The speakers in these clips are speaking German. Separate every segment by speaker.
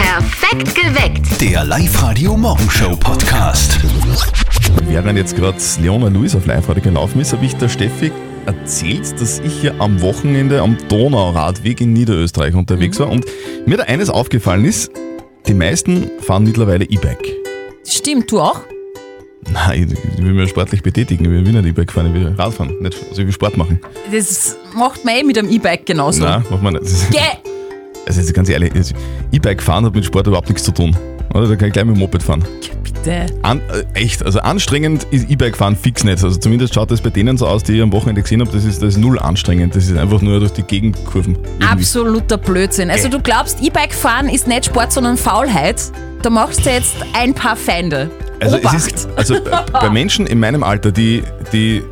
Speaker 1: Perfekt geweckt.
Speaker 2: Der Live-Radio Morgenshow Podcast.
Speaker 3: Während jetzt gerade Leona Lewis auf Live-Radio gelaufen ist, habe ich der Steffi erzählt, dass ich hier am Wochenende am Donauradweg in Niederösterreich unterwegs war und mir da eines aufgefallen ist, die meisten fahren mittlerweile E-Bike.
Speaker 4: Stimmt, du auch?
Speaker 3: Nein, ich will mich sportlich betätigen, ich will nicht E-Bike fahren, ich will Radfahren, nicht, also ich will Sport machen.
Speaker 4: Das macht man eh mit einem E-Bike genauso.
Speaker 3: Nein, macht man nicht. Das ist-
Speaker 4: Geh!
Speaker 3: Also jetzt ganz ehrlich, das E-Bike fahren hat mit Sport überhaupt nichts zu tun. Oder? Da kann ich gleich mit dem Moped fahren.
Speaker 4: Bitte.
Speaker 3: An, äh, echt, also anstrengend ist E-Bike fahren fix nicht. Also zumindest schaut das bei denen so aus, die ich am Wochenende gesehen habe, das ist, das ist null anstrengend. Das ist einfach nur durch die Gegend kurven. Irgendwie.
Speaker 4: Absoluter Blödsinn. Also
Speaker 3: Geh.
Speaker 4: du glaubst, E-Bike fahren ist nicht Sport, sondern Faulheit. Da machst du jetzt ein paar Feinde.
Speaker 3: Also
Speaker 4: Obacht.
Speaker 3: es ist, also äh, bei Menschen in meinem Alter, die, die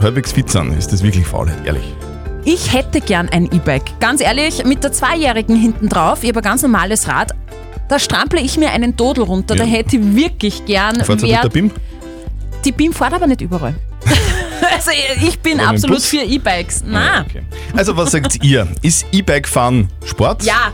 Speaker 3: halbwegs fit sind, ist das wirklich Faulheit, ehrlich.
Speaker 4: Ich hätte gern ein E-Bike. Ganz ehrlich, mit der Zweijährigen hinten drauf, ich habe ein ganz normales Rad, da strample ich mir einen Dodel runter. Da
Speaker 3: Ja.
Speaker 4: hätte ich wirklich gern
Speaker 3: Fahrt ihr mit
Speaker 4: mehr.
Speaker 3: der BIM?
Speaker 4: Die BIM fährt aber nicht überall. also ich bin
Speaker 3: Aber mit dem
Speaker 4: absolut
Speaker 3: Bus?
Speaker 4: für E-Bikes. Na.
Speaker 3: Okay. Also was sagt ihr? Ist E-Bike fahren Sport?
Speaker 4: Ja,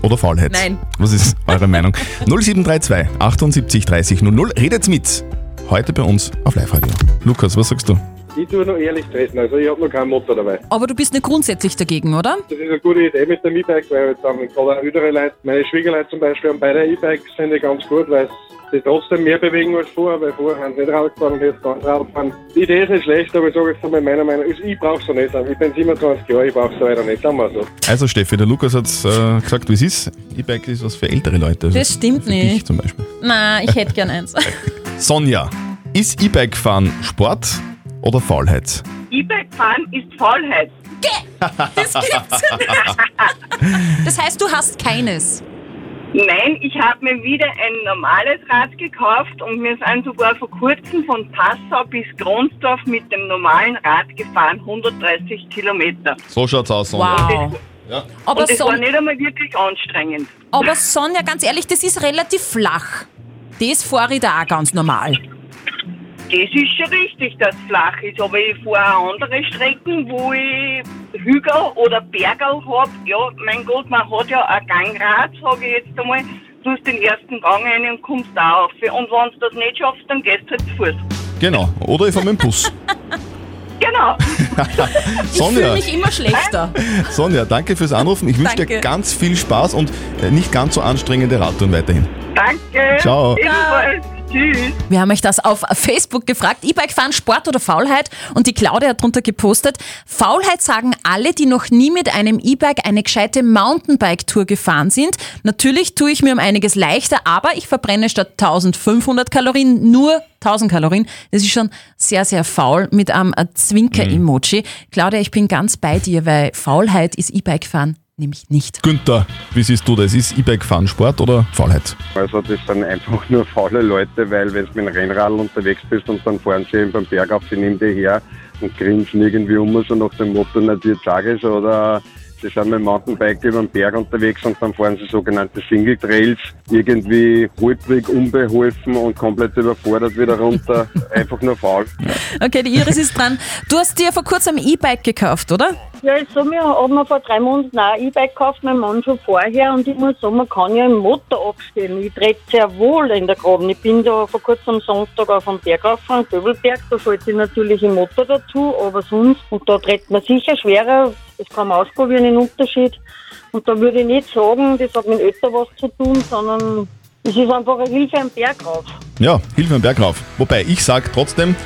Speaker 3: oder Faulheit?
Speaker 4: Nein.
Speaker 3: Was ist eure Meinung? 0732 78 30 00. Redet's mit. Heute bei uns auf Live-Radio. Lukas, was sagst du?
Speaker 5: Ich tue noch ehrlich testen, also ich habe noch keinen Motor dabei.
Speaker 4: aber du bist nicht grundsätzlich dagegen, oder?
Speaker 5: Das ist eine gute Idee mit dem E-Bike, weil jetzt haben gerade auch ältere Leute, meine Schwiegerleute zum Beispiel, haben beide E-Bikes, finde ich ganz gut, weil sie trotzdem mehr bewegen als vorher, weil vorher haben sie nicht Rad gefahren und jetzt ganz Rad gefahren. Die Idee ist nicht schlecht, aber ich sage jetzt einmal meiner Meinung nach, ich brauche es nicht. Ich bin 27 Jahre, ich brauche es leider nicht, sagen wir so.
Speaker 3: Also Steffi, der Lukas hat äh, gesagt, wie es ist. E-Bike ist was für ältere Leute. Also
Speaker 4: Das stimmt
Speaker 3: für Dich
Speaker 4: nicht.
Speaker 3: zum Beispiel.
Speaker 4: Na, ich hätte gern eins.
Speaker 3: Sonja, ist E-Bike fahren Sport oder Faulheit?
Speaker 6: E-Bike fahren ist Faulheit.
Speaker 4: Das gibt's ja nicht. Das heißt, du hast keines.
Speaker 6: Nein, ich habe mir wieder ein normales Rad gekauft und wir sind sogar vor kurzem von Passau bis Gronsdorf mit dem normalen Rad gefahren, 130 Kilometer.
Speaker 3: So schaut's aus, Sonja.
Speaker 4: Wow.
Speaker 3: Ja.
Speaker 4: Aber,
Speaker 6: Und das
Speaker 4: Son
Speaker 6: war nicht einmal wirklich anstrengend.
Speaker 4: aber Sonja, ganz ehrlich, das ist relativ flach. Das fahre ich da auch ganz normal.
Speaker 6: Das ist schon richtig, dass es flach ist, aber ich fahre auch andere Strecken, wo ich Hügel oder Bergel habe. Ja, mein Gott, man hat ja ein Gangrad, sage ich jetzt einmal. Du hast den ersten Gang rein und kommst da auf. Und wenn du das nicht schaffst, dann gehst du halt zu Fuß.
Speaker 3: Genau. Oder ich fahr mit dem Bus.
Speaker 6: Genau.
Speaker 4: Ich fühle
Speaker 3: Sonja.
Speaker 4: mich immer schlechter.
Speaker 3: Sonja, danke fürs Anrufen. Ich wünsche dir
Speaker 4: Danke.
Speaker 3: ganz viel Spaß und äh, nicht ganz so anstrengende Radtouren weiterhin.
Speaker 6: Danke.
Speaker 3: Ciao.
Speaker 6: Ebenfalls. Tschüss.
Speaker 4: Wir haben euch das auf Facebook gefragt. E-Bike fahren, Sport oder Faulheit? Und die Claudia hat drunter gepostet. Faulheit sagen alle, die noch nie mit einem E-Bike eine gescheite Mountainbike-Tour gefahren sind. Natürlich tue ich mir um einiges leichter, aber ich verbrenne statt 1500 Kalorien nur 1000 Kalorien. Das ist schon sehr, sehr faul mit einem Zwinker-Emoji. Claudia, ich bin ganz bei dir, weil Faulheit ist E-Bike fahren nämlich nicht.
Speaker 3: Günther, wie siehst du das? Ist E-Bike fahren Sport oder Faulheit?
Speaker 5: Also das sind einfach nur faule Leute, weil wenn du mit dem Rennrad unterwegs bist und dann fahren sie eben beim Berg auf, sie nehmen die her und grinsen irgendwie um, so nach dem Motto, na dir sag ich's, oder sie sind mit dem Mountainbike über den Berg unterwegs und dann fahren sie sogenannte Single Trails, irgendwie holprig, unbeholfen und komplett überfordert wieder runter, einfach nur faul.
Speaker 4: Okay, die Iris ist dran. Du hast dir vor kurzem ein E-Bike gekauft, oder?
Speaker 7: Ja, ich so, wir haben wir vor drei Monaten auch ein E-Bike gekauft, mein Mann schon vorher. Und ich muss sagen, man kann ja den Motor abstellen. Ich drehe sehr wohl in der Graben. Ich bin da vor kurzem am Samstag auf dem Berg raufgefahren, Göbelberg. Da fällt sich natürlich ein Motor dazu, aber sonst. Und da dreht man sicher schwerer. Das kann man ausprobieren, den Unterschied. Und da würde ich nicht sagen, das hat mit dem Ötter was zu tun, sondern es ist einfach eine Hilfe am Berg rauf.
Speaker 3: Ja, hilf mir am Berg rauf. Wobei, ich sag trotzdem,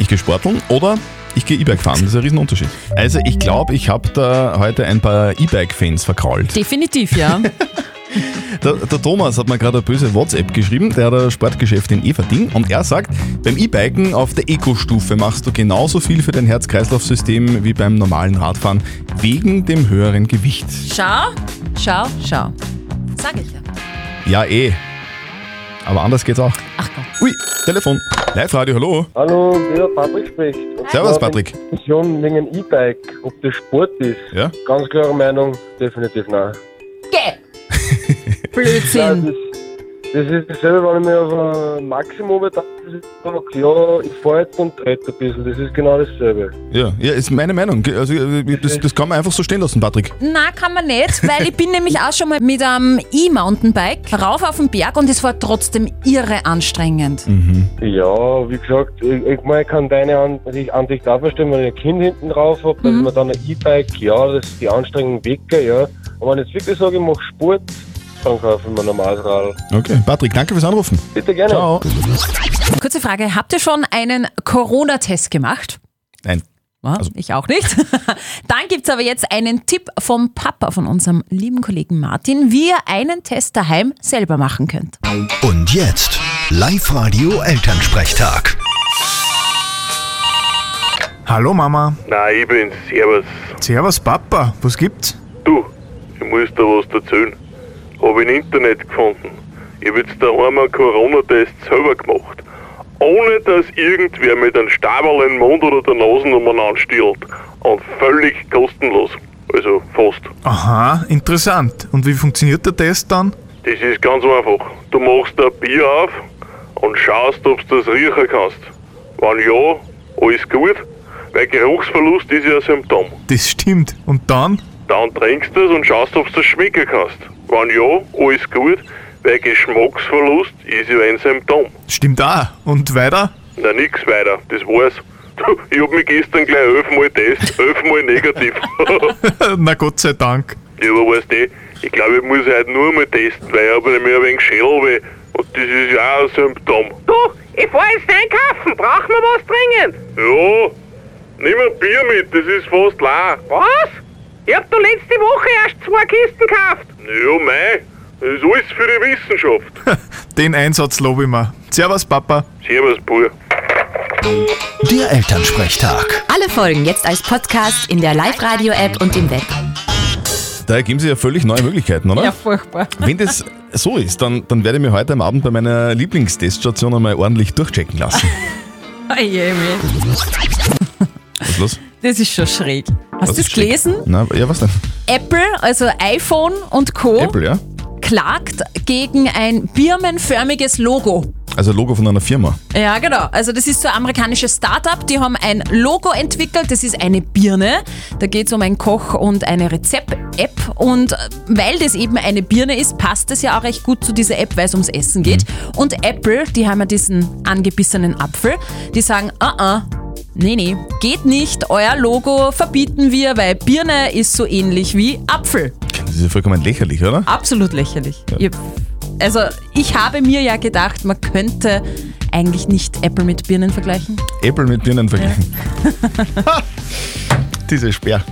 Speaker 3: ich gehe sporteln oder ich gehe E-Bike fahren. Das ist ein Riesenunterschied. Also ich glaube, ich habe da heute ein paar E-Bike-Fans verkrault.
Speaker 4: Definitiv, ja.
Speaker 3: Der, der Thomas hat mir gerade eine böse WhatsApp geschrieben, der hat ein Sportgeschäft in Everding und er sagt, beim E-Biken auf der Eco-Stufe machst du genauso viel für dein Herz-Kreislauf-System wie beim normalen Radfahren, wegen dem höheren Gewicht.
Speaker 4: Schau, schau, schau. Sag ich ja.
Speaker 3: Ja eh, aber anders geht's auch.
Speaker 4: Ach Gott.
Speaker 3: Ui, Telefon. Live-Radio, hallo.
Speaker 5: Hallo, wieder Patrick spricht.
Speaker 3: Servus Patrick.
Speaker 5: Diskussion wegen E-Bike, ob das Sport ist.
Speaker 3: Ja?
Speaker 5: Ganz klare Meinung, definitiv nein.
Speaker 4: Geh! Blödsinn.
Speaker 5: das Das ist dasselbe, wenn ich mich auf ein Maximum bedanke, sage, ja, ich fahre jetzt und trete ein bisschen. Das ist genau dasselbe.
Speaker 3: Ja, ja, ist meine Meinung. Ge- Also, äh, das, das kann man einfach so stehen lassen, Patrick.
Speaker 4: Na, kann man nicht, weil ich bin nämlich auch schon mal mit einem E-Mountainbike rauf auf den Berg und es war trotzdem irre anstrengend.
Speaker 5: Ja, wie gesagt, ich, ich, meine, ich kann deine An die Ansicht auch verstehen, wenn ich ein Kind hinten drauf habe, dass man dann ein E-Bike, ja, das ist die Anstrengung weg, ja. Aber wenn ich jetzt wirklich sage, ich mache Sport, dann kaufe ich mir ein normales Radl.
Speaker 3: Okay. Patrick, danke fürs Anrufen.
Speaker 5: Bitte gerne.
Speaker 3: Ciao.
Speaker 4: Kurze Frage, habt ihr schon einen Corona-Test gemacht?
Speaker 3: Nein.
Speaker 4: Ja, ich auch nicht. Dann gibt es aber jetzt einen Tipp vom Papa, von unserem lieben Kollegen Martin, wie ihr einen Test daheim selber machen könnt.
Speaker 2: Und jetzt Live-Radio Elternsprechtag.
Speaker 1: Hallo Mama.
Speaker 8: Nein, ich bin's. Servus.
Speaker 1: Servus Papa. Was gibt's?
Speaker 8: Du, ich muss dir was erzählen. Habe im Internet gefunden. Ich hab jetzt daheim einen Corona-Test selber gemacht. Ohne dass irgendwer mit einem Stabel in den Mund oder der Nase umeinander stiehlt. Und völlig kostenlos. Also fast.
Speaker 1: Aha, interessant. Und wie funktioniert der Test dann?
Speaker 8: Das ist ganz einfach. Du machst ein Bier auf und schaust, ob du das riechen kannst. Wenn ja, alles gut, weil Geruchsverlust ist ja ein Symptom.
Speaker 1: Das stimmt. Und dann?
Speaker 8: Dann trinkst du es und schaust, ob du das schmecken kannst. Wenn ja, alles gut, weil Geschmacksverlust ist ja ein Symptom.
Speaker 1: Stimmt auch. Und weiter?
Speaker 8: Na nix weiter, das war's. Du, Ich hab mich gestern gleich elfmal Test, elfmal negativ.
Speaker 1: Na Gott sei Dank.
Speaker 8: Ja, aber weißt du, ich glaube, ich muss heute nur mal testen, weil ich habe nämlich ein wenig Schädelweh. Und das ist ja auch ein Symptom. Du, ich fahr jetzt einkaufen. Brauchen wir was dringend? Ja, nimm ein Bier mit, das ist fast leer. Was? Ich hab da letzte Woche erst zwei Kisten gekauft. Ja, mei, das ist alles für die Wissenschaft.
Speaker 1: Den Einsatz lobe ich mir. Servus Papa.
Speaker 8: Servus, Bub.
Speaker 2: Der Elternsprechtag.
Speaker 9: Alle Folgen jetzt als Podcast in der Live-Radio-App und im Web.
Speaker 3: Da ergeben sich ja völlig neue Möglichkeiten, oder?
Speaker 4: furchtbar.
Speaker 3: Wenn das so ist, dann, dann werde ich mir heute am Abend bei meiner Lieblingsteststation einmal ordentlich durchchecken lassen. Was ist los?
Speaker 4: Das ist schon schräg.
Speaker 3: Was
Speaker 4: Hast du es
Speaker 3: ist schick?
Speaker 4: gelesen?
Speaker 3: Na, ja, was denn?
Speaker 4: Apple, also iPhone und Co.
Speaker 3: Apple, ja?
Speaker 4: klagt gegen ein birnenförmiges Logo.
Speaker 3: Also Logo von einer Firma.
Speaker 4: Ja, genau. Also das ist so ein amerikanisches Startup, die haben ein Logo entwickelt, das ist eine Birne. Da geht es um einen Koch- und eine Rezept-App. Und weil das eben eine Birne ist, passt es ja auch recht gut zu dieser App, weil es ums Essen geht. Und Apple, die haben ja diesen angebissenen Apfel, die sagen, ah, ah, nee, nee, geht nicht, euer Logo verbieten wir, weil Birne ist so ähnlich wie Apfel.
Speaker 3: Das ist ja vollkommen lächerlich, oder?
Speaker 4: Absolut lächerlich. Ihr- Also ich habe mir ja gedacht, man könnte eigentlich nicht Apple mit Birnen vergleichen.
Speaker 3: Apple mit Birnen verglichen. Diese Sperr.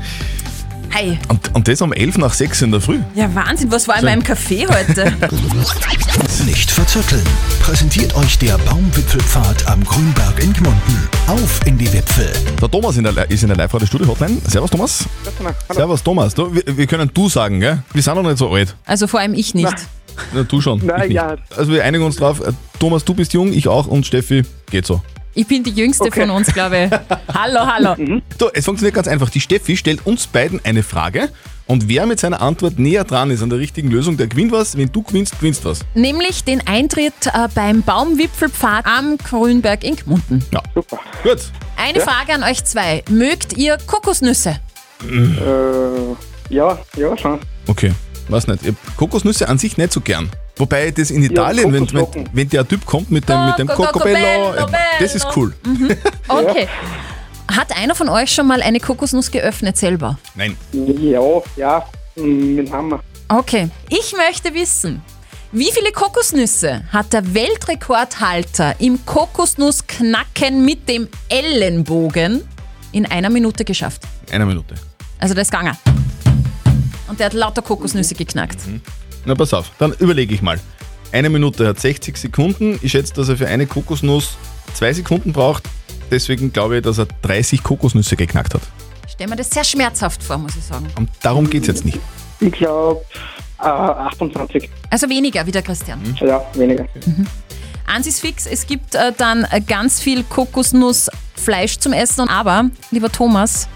Speaker 4: Hi.
Speaker 3: Und, und das um 11 nach 6 in der Früh.
Speaker 4: Ja, Wahnsinn, was war in meinem Kaffee heute?
Speaker 2: Nicht verzetteln. Präsentiert euch der Baumwipfelpfad am Grünberg in Gmunden. Auf in die Wipfel.
Speaker 3: Der Thomas in der, Le- ist in der Live-Radio-Studio-Hotline. Servus, Thomas. Servus, Thomas. Du, wir, wir können du sagen, gell? Wir sind noch nicht so alt.
Speaker 4: Also vor allem ich nicht.
Speaker 3: Na, du schon.
Speaker 5: Na
Speaker 3: ich nicht.
Speaker 5: ja.
Speaker 3: Also wir einigen uns drauf. Äh, Thomas, du bist jung, ich auch und Steffi geht so.
Speaker 4: Ich bin die Jüngste von uns, glaube ich. Hallo, hallo.
Speaker 3: So, es funktioniert ganz einfach. Die Steffi stellt uns beiden eine Frage und wer mit seiner Antwort näher dran ist an der richtigen Lösung, der gewinnt was. Wenn du gewinnst, gewinnst was.
Speaker 4: Nämlich den Eintritt äh, beim Baumwipfelpfad am Grünberg in Gmunden.
Speaker 3: Ja. Super. Gut.
Speaker 4: Eine Frage an euch zwei. Mögt ihr Kokosnüsse?
Speaker 5: Äh, Ja, ja, schon.
Speaker 3: Okay. Weiß nicht. Ich hab Kokosnüsse an sich nicht so gern. Wobei das in Italien, wenn, wenn,
Speaker 5: Kokoslocken.
Speaker 3: wenn der Typ kommt mit dem, mit dem
Speaker 4: Coco-
Speaker 3: Cocobello,
Speaker 4: Cocobello,
Speaker 3: äh, das ist cool.
Speaker 4: Okay. Hat einer von euch schon mal eine Kokosnuss geöffnet selber?
Speaker 3: Nein.
Speaker 5: Ja, ja, mit Hammer.
Speaker 4: Okay. Ich möchte wissen, wie viele Kokosnüsse hat der Weltrekordhalter im Kokosnussknacken mit dem Ellenbogen in einer Minute geschafft?
Speaker 3: Eine Minute.
Speaker 4: Also der ist gegangen. Und der hat lauter Kokosnüsse geknackt.
Speaker 3: Na, pass auf, dann überlege ich mal. Eine Minute hat 60 Sekunden. Ich schätze, dass er für eine Kokosnuss zwei Sekunden braucht. Deswegen glaube ich, dass er 30 Kokosnüsse geknackt hat.
Speaker 4: Ich stelle mir das sehr schmerzhaft vor, muss ich sagen.
Speaker 3: Und darum geht es jetzt nicht.
Speaker 5: Ich äh, glaube, 28.
Speaker 4: Also weniger, wie der Christian. Mhm.
Speaker 5: Ja, weniger.
Speaker 4: Eins ist fix, es gibt äh, dann äh, ganz viel Kokosnussfleisch zum Essen. Aber, lieber Thomas,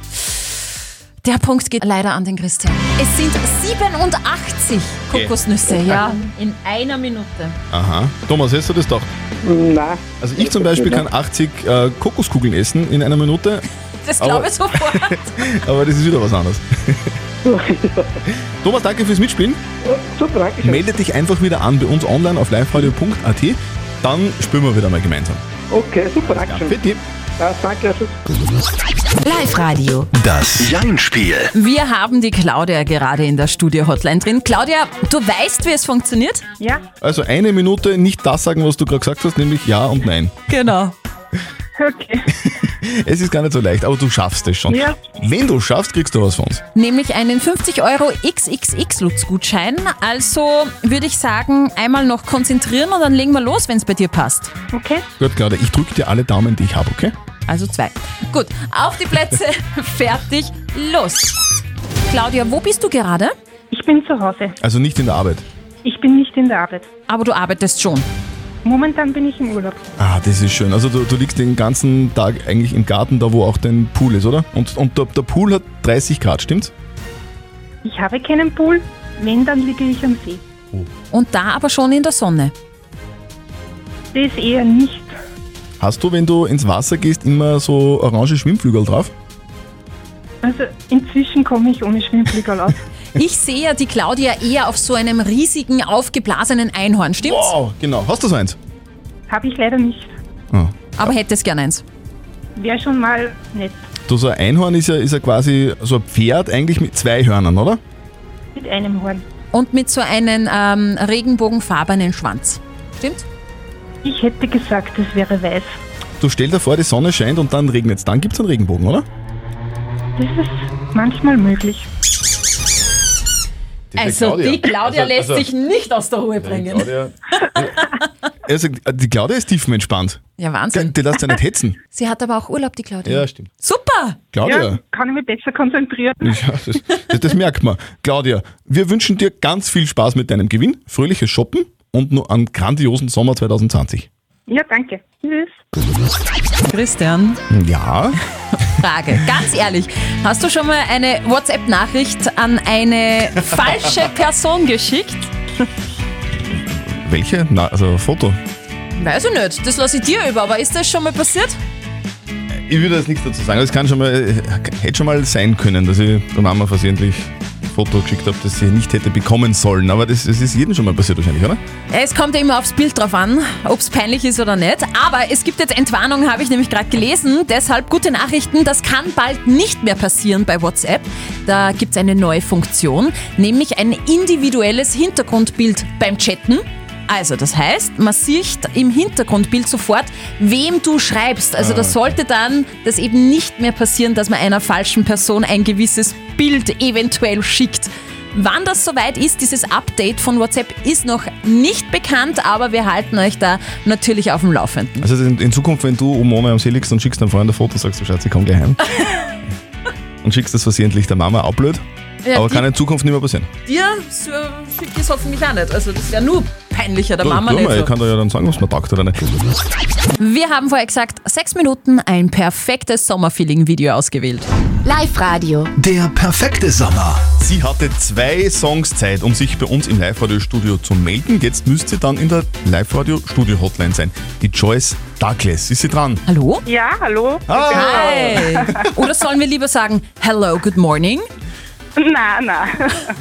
Speaker 4: der Punkt geht leider an den Christian. Es sind 87 Kokosnüsse, ja. In einer Minute.
Speaker 3: Aha. Thomas, hast du das doch?
Speaker 5: Nein.
Speaker 3: Also ich zum Beispiel kann 80 äh, Kokoskugeln essen in einer Minute,
Speaker 4: Das
Speaker 3: Aber-
Speaker 4: glaube ich sofort.
Speaker 3: aber das ist wieder was anderes. Thomas, danke fürs Mitspielen.
Speaker 5: Super, danke schön.
Speaker 3: Melde dich einfach wieder an bei uns online auf liveradio.at. Dann spielen wir wieder mal gemeinsam.
Speaker 5: Okay, super, danke
Speaker 3: Für die.
Speaker 5: Danke, tschüss.
Speaker 9: Live-Radio.
Speaker 2: Das Jein-Spiel.
Speaker 4: Wir haben die Claudia gerade in der Studio-Hotline drin. Claudia, du weißt, wie es funktioniert?
Speaker 7: Ja,
Speaker 3: Also eine Minute nicht das sagen, was du gerade gesagt hast, nämlich ja und nein.
Speaker 4: Genau.
Speaker 7: okay.
Speaker 3: Es ist gar nicht so leicht, aber du schaffst es schon.
Speaker 7: Ja.
Speaker 3: Wenn du schaffst, kriegst du was von uns.
Speaker 4: Nämlich einen 50 Euro XXX-Lutz-Gutschein. Also würde ich sagen, einmal noch konzentrieren und dann legen wir los, wenn es bei dir passt.
Speaker 7: Okay.
Speaker 3: Gut, Claudia, ich drücke dir alle Daumen, die ich habe, okay?
Speaker 4: Also zwei. Gut, auf die Plätze, fertig, los. Claudia, wo bist du gerade?
Speaker 7: Ich bin zu Hause.
Speaker 3: Also nicht in der Arbeit.
Speaker 7: Ich bin nicht in der Arbeit.
Speaker 4: Aber du arbeitest schon.
Speaker 7: Momentan bin ich im Urlaub.
Speaker 3: Ah, das ist schön. Also du, du liegst den ganzen Tag eigentlich im Garten, da wo auch dein Pool ist, oder? Und, und der, der Pool hat 30 Grad, stimmt's?
Speaker 7: Ich habe keinen Pool. Wenn, dann liege ich am See.
Speaker 4: Und da aber schon in der Sonne.
Speaker 7: Das eher nicht.
Speaker 3: Hast du, wenn du ins Wasser gehst, immer so orange Schwimmflügel drauf?
Speaker 7: Also inzwischen komme ich ohne Schwimmflügel aus.
Speaker 4: Ich sehe ja die Claudia eher auf so einem riesigen, aufgeblasenen Einhorn, stimmt's?
Speaker 3: Wow, genau. Hast du so eins?
Speaker 7: Habe ich leider nicht.
Speaker 4: Aber hättest gern eins.
Speaker 7: Wäre schon mal nett.
Speaker 3: Du, so ein Einhorn ist ja, ist ja quasi so ein Pferd eigentlich mit zwei Hörnern, oder?
Speaker 7: Mit einem Horn.
Speaker 4: Und mit so einem ähm, regenbogenfarbenen Schwanz. Stimmt?
Speaker 7: Ich hätte gesagt, es wäre weiß.
Speaker 3: Du stell dir vor, die Sonne scheint und dann regnet's. Dann gibt's einen Regenbogen, oder?
Speaker 7: Das ist manchmal möglich.
Speaker 4: Also die Claudia lässt sich nicht aus der Ruhe bringen.
Speaker 3: Also, die Claudia ist tiefenentspannt.
Speaker 4: Ja,
Speaker 3: Die,
Speaker 4: Wahnsinn.
Speaker 3: die lässt ja nicht hetzen.
Speaker 4: Sie hat aber auch Urlaub, die Claudia.
Speaker 3: stimmt.
Speaker 4: Super!
Speaker 3: Claudia.
Speaker 7: kann ich mich besser konzentrieren.
Speaker 3: Ja, das, das, das merkt man. Claudia, wir wünschen dir ganz viel Spaß mit deinem Gewinn, fröhliches Shoppen und nur einen grandiosen Sommer 2020.
Speaker 7: Ja, danke. Tschüss.
Speaker 4: Christian,
Speaker 3: Ja,
Speaker 4: Frage. Ganz ehrlich, hast du schon mal eine WhatsApp-Nachricht an eine falsche Person geschickt?
Speaker 3: welche? Na, also Foto.
Speaker 4: Weiß ich nicht, das lasse ich dir über, aber ist das schon mal passiert?
Speaker 3: Ich würde jetzt nichts dazu sagen. Es kann schon mal, hätte schon mal sein können, dass ich der Mama versehentlich ein Foto geschickt habe, das sie nicht hätte bekommen sollen. Aber das, das ist jedem schon mal passiert wahrscheinlich, oder?
Speaker 4: Es kommt ja immer aufs Bild drauf an, ob es peinlich ist oder nicht. Aber es gibt jetzt Entwarnung, habe ich nämlich gerade gelesen. Deshalb gute Nachrichten, das kann bald nicht mehr passieren bei WhatsApp. Da gibt es eine neue Funktion, nämlich ein individuelles Hintergrundbild beim Chatten. Also das heißt, man sieht im Hintergrundbild sofort, wem du schreibst. Also
Speaker 3: Ah.
Speaker 4: das sollte dann das eben nicht mehr passieren, dass man einer falschen Person ein gewisses Bild eventuell schickt. Wann das soweit ist, dieses Update von WhatsApp ist noch nicht bekannt, aber wir halten euch da natürlich auf dem Laufenden.
Speaker 3: Also in, in Zukunft, wenn du um Mama am See liegst und schickst deinem Freund ein Foto, sagst du, Schatz, ich komm gleich heim. und schickst das versehentlich der Mama auch blöd,
Speaker 4: Ja,
Speaker 3: aber
Speaker 4: die-
Speaker 3: kann in Zukunft nicht mehr passieren.
Speaker 4: Dir so, schickt es hoffentlich auch nicht. Also das wäre nur peinlicher, der
Speaker 3: Du,
Speaker 4: Mama
Speaker 3: tu
Speaker 4: nicht.
Speaker 3: mal,
Speaker 4: So.
Speaker 3: Ich kann da ja dann sagen, was man taugt oder nicht.
Speaker 4: Wir haben vorher gesagt, sechs Minuten ein perfektes Sommerfeeling-Video ausgewählt.
Speaker 9: Live-Radio.
Speaker 2: Der perfekte Sommer.
Speaker 3: Sie hatte zwei Songs Zeit, um sich bei uns im Live-Radio-Studio zu melden. Jetzt müsste sie dann in der Live-Radio-Studio-Hotline sein. Die Joyce Douglas. Ist sie dran? Ah,
Speaker 4: Hallo?
Speaker 7: Ja, hallo.
Speaker 4: Hi! Oder sollen wir lieber sagen, hello, good morning?
Speaker 7: Na, na.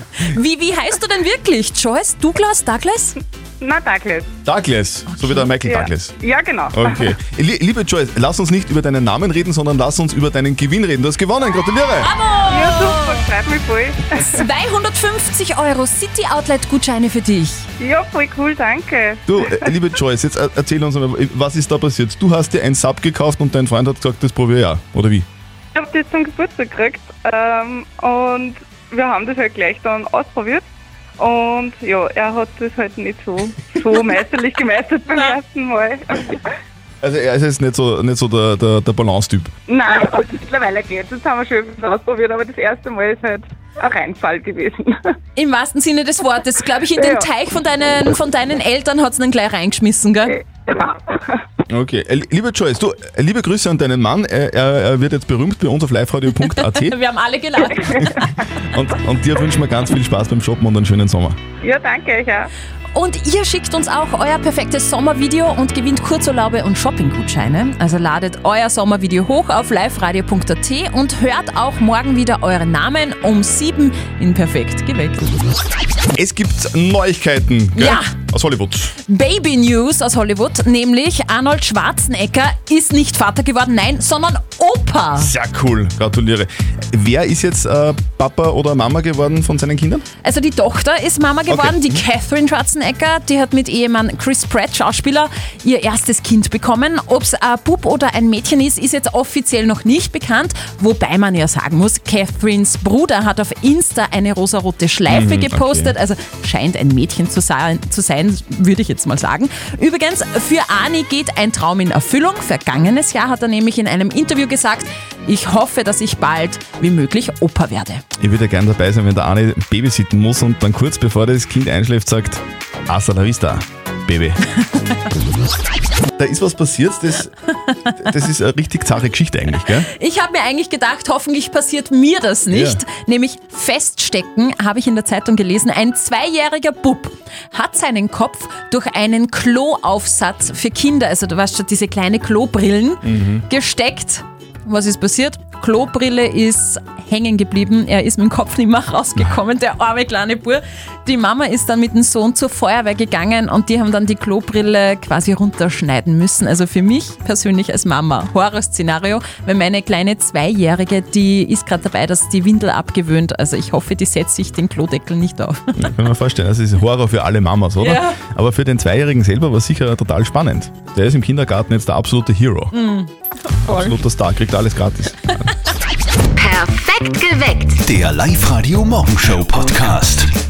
Speaker 4: Wie, wie heißt du denn wirklich? Joyce, Douglas, Douglas?
Speaker 7: Na, danke.
Speaker 3: Douglas. So wie der Michael Douglas.
Speaker 7: Ja, genau.
Speaker 3: Okay. Lie- Liebe Joyce, lass uns nicht über deinen Namen reden, sondern lass uns über deinen Gewinn reden. Du hast gewonnen. Gratuliere.
Speaker 7: Ja, super. Freut mich voll.
Speaker 4: 250 Euro City Outlet Gutscheine für dich.
Speaker 7: Ja, voll cool. Danke.
Speaker 3: Du, äh, liebe Joyce, jetzt er- erzähl uns mal, was ist da passiert? Du hast dir ein Sub gekauft und dein Freund hat gesagt, das probiere ich auch. Oder wie?
Speaker 7: Ich habe das zum Geburtstag gekriegt ähm, und wir haben das halt gleich dann ausprobiert. Und ja, er hat das halt nicht so, so meisterlich gemeistert beim ersten Mal.
Speaker 3: Also er ist jetzt nicht so, nicht so der, der, der Balance-Typ.
Speaker 7: Nein, mittlerweile geht's. Jetzt haben wir schön was ausprobiert, aber das erste Mal ist halt ein Reinfall gewesen.
Speaker 4: Im wahrsten Sinne des Wortes, glaube ich, in den
Speaker 7: Ja.
Speaker 4: Teich von deinen, von deinen Eltern hat es dann gleich reingeschmissen, gell?
Speaker 7: Genau.
Speaker 3: Okay, äh, liebe Joyce, du, äh, liebe Grüße an deinen Mann. Er, er, er wird jetzt berühmt bei uns auf liveradio.at
Speaker 4: Wir haben alle gelacht.
Speaker 3: und, und dir wünschen wir ganz viel Spaß beim Shoppen und einen schönen Sommer.
Speaker 6: Ja, danke euch auch.
Speaker 4: Und ihr schickt uns auch euer perfektes Sommervideo und gewinnt Kurzurlaube und Shoppinggutscheine. Also ladet euer Sommervideo hoch auf liveradio.at und hört auch morgen wieder euren Namen um sieben in Perfekt geweckt.
Speaker 3: Es gibt Neuigkeiten gell?
Speaker 4: Ja.
Speaker 3: aus Hollywood.
Speaker 4: Baby News aus Hollywood, nämlich Arnold Schwarzenegger ist nicht Vater geworden, nein, sondern Opa.
Speaker 3: Sehr cool, gratuliere. Wer ist jetzt äh, Papa oder Mama geworden von seinen Kindern?
Speaker 4: Also die Tochter ist Mama geworden,
Speaker 3: Okay.
Speaker 4: die Catherine Schwarzenegger, die hat mit Ehemann Chris Pratt, Schauspieler, ihr erstes Kind bekommen. Ob es ein Bub oder ein Mädchen ist, ist jetzt offiziell noch nicht bekannt, wobei man ja sagen muss, Catherines Bruder hat auf Insta eine rosarote Schleife gepostet, also scheint ein Mädchen zu sein, zu sein, würde ich jetzt mal sagen. Übrigens, für Ani geht ein Traum in Erfüllung. Vergangenes Jahr hat er nämlich in einem Interview gesagt, ich hoffe, dass ich bald wie möglich Opa werde.
Speaker 3: Ich würde ja gern dabei sein, wenn der Arne babysitten muss und dann kurz bevor das Kind einschläft sagt, hasta la vista, Baby. da ist was passiert, das, das ist eine richtig zahre Geschichte eigentlich, gell?
Speaker 4: Ich habe mir eigentlich gedacht, hoffentlich passiert mir das nicht.
Speaker 3: Ja.
Speaker 4: Nämlich feststecken, habe ich in der Zeitung gelesen, ein zweijähriger Bub hat seinen Kopf durch einen Kloaufsatz für Kinder, also du weißt schon, diese kleine Klobrillen, gesteckt. Was ist passiert? Klobrille ist hängen geblieben. Er ist mit dem Kopf nicht mehr rausgekommen, der arme kleine Bur. Die Mama ist dann mit dem Sohn zur Feuerwehr gegangen und die haben dann die Klobrille quasi runterschneiden müssen. Also für mich persönlich als Mama, Horrorszenario, weil meine kleine Zweijährige, die ist gerade dabei, dass die Windel abgewöhnt. Also ich hoffe, die setzt sich den Klodeckel nicht auf.
Speaker 3: Kann man vorstellen, das ist Horror für alle Mamas, oder?
Speaker 4: Ja.
Speaker 3: Aber für den Zweijährigen selber war es sicher total spannend. Der ist im Kindergarten jetzt der absolute Hero. Absoluter Star, kriegt alles gratis.
Speaker 9: Perfekt geweckt.
Speaker 2: Der Live-Radio Morgenshow Podcast.